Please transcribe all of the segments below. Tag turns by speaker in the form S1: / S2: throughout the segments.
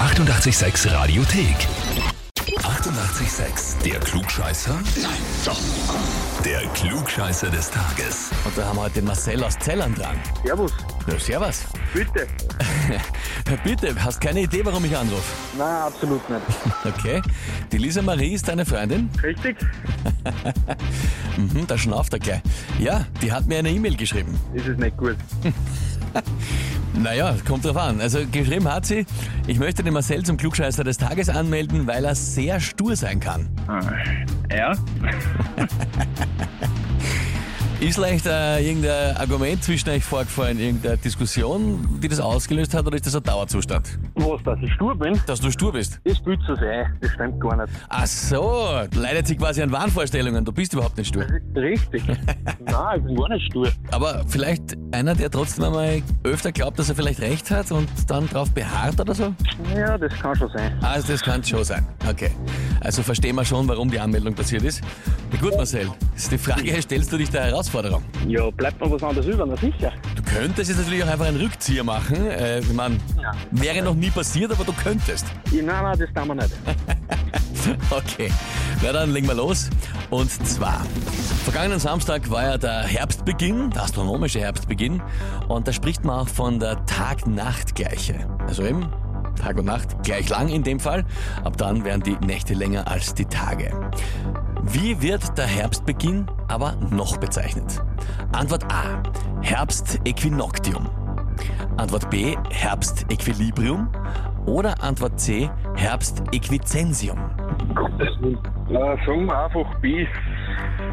S1: 886 Radiothek. 88,6. Der Klugscheißer? Nein, doch. Der Klugscheißer des Tages.
S2: Und da haben wir heute den Marcel aus Zellern dran.
S3: Servus,
S2: Na, servus.
S3: bitte.
S2: Bitte, hast keine Idee, warum ich anrufe.
S3: Na, absolut nicht.
S2: Okay. Die Lisa Marie ist deine Freundin.
S3: Richtig?
S2: Mhm, da schnauft er gleich. Ja, die hat mir eine E-Mail geschrieben.
S3: Ist es nicht gut.
S2: Naja, kommt drauf an. Also geschrieben hat sie, ich möchte den Marcel zum Klugscheißer des Tages anmelden, weil er sehr stur sein kann.
S3: Ja?
S2: Ist leicht äh, irgendein Argument zwischen euch vorgefallen, irgendeine Diskussion, die das ausgelöst hat, oder ist das ein Dauerzustand?
S3: Was, dass ich stur bin?
S2: Dass du stur bist?
S3: Das spielt so ein. Das stimmt gar nicht.
S2: Ach so, leidet sie quasi an Wahnvorstellungen, du bist überhaupt nicht stur.
S3: R- Richtig. Nein, ich bin gar nicht stur.
S2: Aber vielleicht einer, der trotzdem einmal öfter glaubt, dass er vielleicht recht hat und dann drauf beharrt oder so?
S3: Ja, das kann schon sein.
S2: Also das kann schon sein. Okay. Also verstehen wir schon, warum die Anmeldung passiert ist. Na gut, Marcel, ist die Frage, stellst du dich der Herausforderung?
S3: Ja, bleibt noch was anderes über, na sicher.
S2: Du könntest jetzt natürlich auch einfach einen Rückzieher machen. Äh, ich meine,
S3: Ja.
S2: wäre noch nie passiert, aber du könntest.
S3: Ja, nein, nein, das tun wir nicht.
S2: Okay, na dann legen wir los. Und zwar, vergangenen Samstag war ja der Herbstbeginn, der astronomische Herbstbeginn. Und da spricht man auch von der Tag-Nacht-Gleiche. Also eben, Tag und Nacht gleich lang in dem Fall. Ab dann werden die Nächte länger als die Tage. Wie wird der Herbstbeginn aber noch bezeichnet? Antwort A. Herbstequinoctium. Antwort B. Herbstequilibrium. Oder Antwort C. Herbstequizensium.
S3: Gottes Willen. Na, sagen wir einfach B.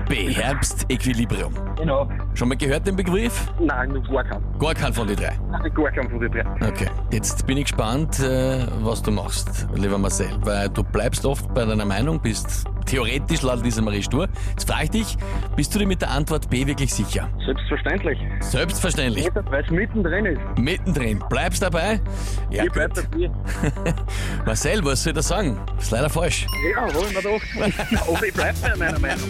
S2: B. Herbstequilibrium.
S3: Genau.
S2: Schon mal gehört den Begriff?
S3: Nein, nur gar keinen.
S2: Gar kein von den drei.
S3: Nein, Gar keinen von den drei.
S2: Okay. Jetzt bin ich gespannt, äh, was du machst, lieber Marcel, weil du bleibst oft bei deiner Meinung, bist theoretisch laut dieser Marie Stur. Jetzt frage ich dich, bist du dir mit der Antwort B wirklich sicher?
S3: Selbstverständlich.
S2: Selbstverständlich.
S3: Weil es mittendrin ist.
S2: Mittendrin. Bleibst dabei? Ja,
S3: ich bleib
S2: gut.
S3: dabei.
S2: Marcel, was soll ich da sagen? Ist leider falsch.
S3: Ja, hab ich mir gedacht. Aber ich bleib bei meiner Meinung.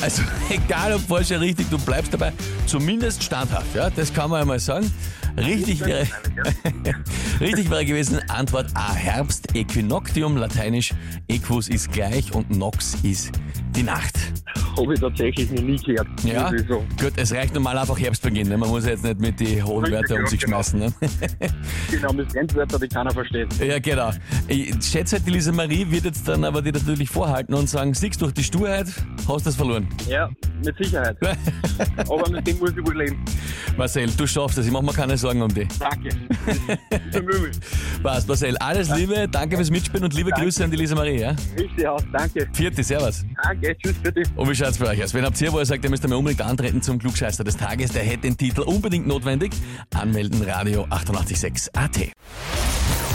S2: Also egal ob falsch oder richtig, du bleibst dabei zumindest standhaft, ja, das kann man einmal sagen. Richtig äh, wäre, richtig wäre gewesen, Antwort A, Herbst, Equinoctium, lateinisch, Equus ist gleich und Nox ist die Nacht.
S3: Habe ich tatsächlich noch nie gehört.
S2: Ja,
S3: Muss ich sagen.
S2: gut, es reicht normal einfach Herbstbeginn, ne? man muss ja jetzt nicht mit die hohen Wörter um sich schmeißen. Ne?
S3: Genau, mit Endwörter, die keiner versteht.
S2: Ja, genau. Ich schätze, halt, die Lisa Marie wird jetzt dann aber dir das natürlich vorhalten und sagen, siehst durch die Sturheit, hast das verloren.
S3: Ja, mit Sicherheit. Aber mit dem muss ich wohl leben.
S2: Marcel, du schaffst es, ich mache mir keine Sorgen um dich.
S3: Danke. Ich bemühe mich.
S2: Passt, Marcel. Alles Liebe, danke fürs Mitspielen und liebe Grüße an die Lisa Marie. Ja?
S3: Richtig aus. Danke.
S2: Vierte, Servus.
S3: Danke. Tschüss für dich.
S2: Und wie schaut's bei euch aus? Wenn habt ihr, wo ihr sagt, ihr müsst einmal unbedingt antreten zum Klugscheißer des Tages, der hätte den Titel unbedingt notwendig. Anmelden, Radio 886 AT.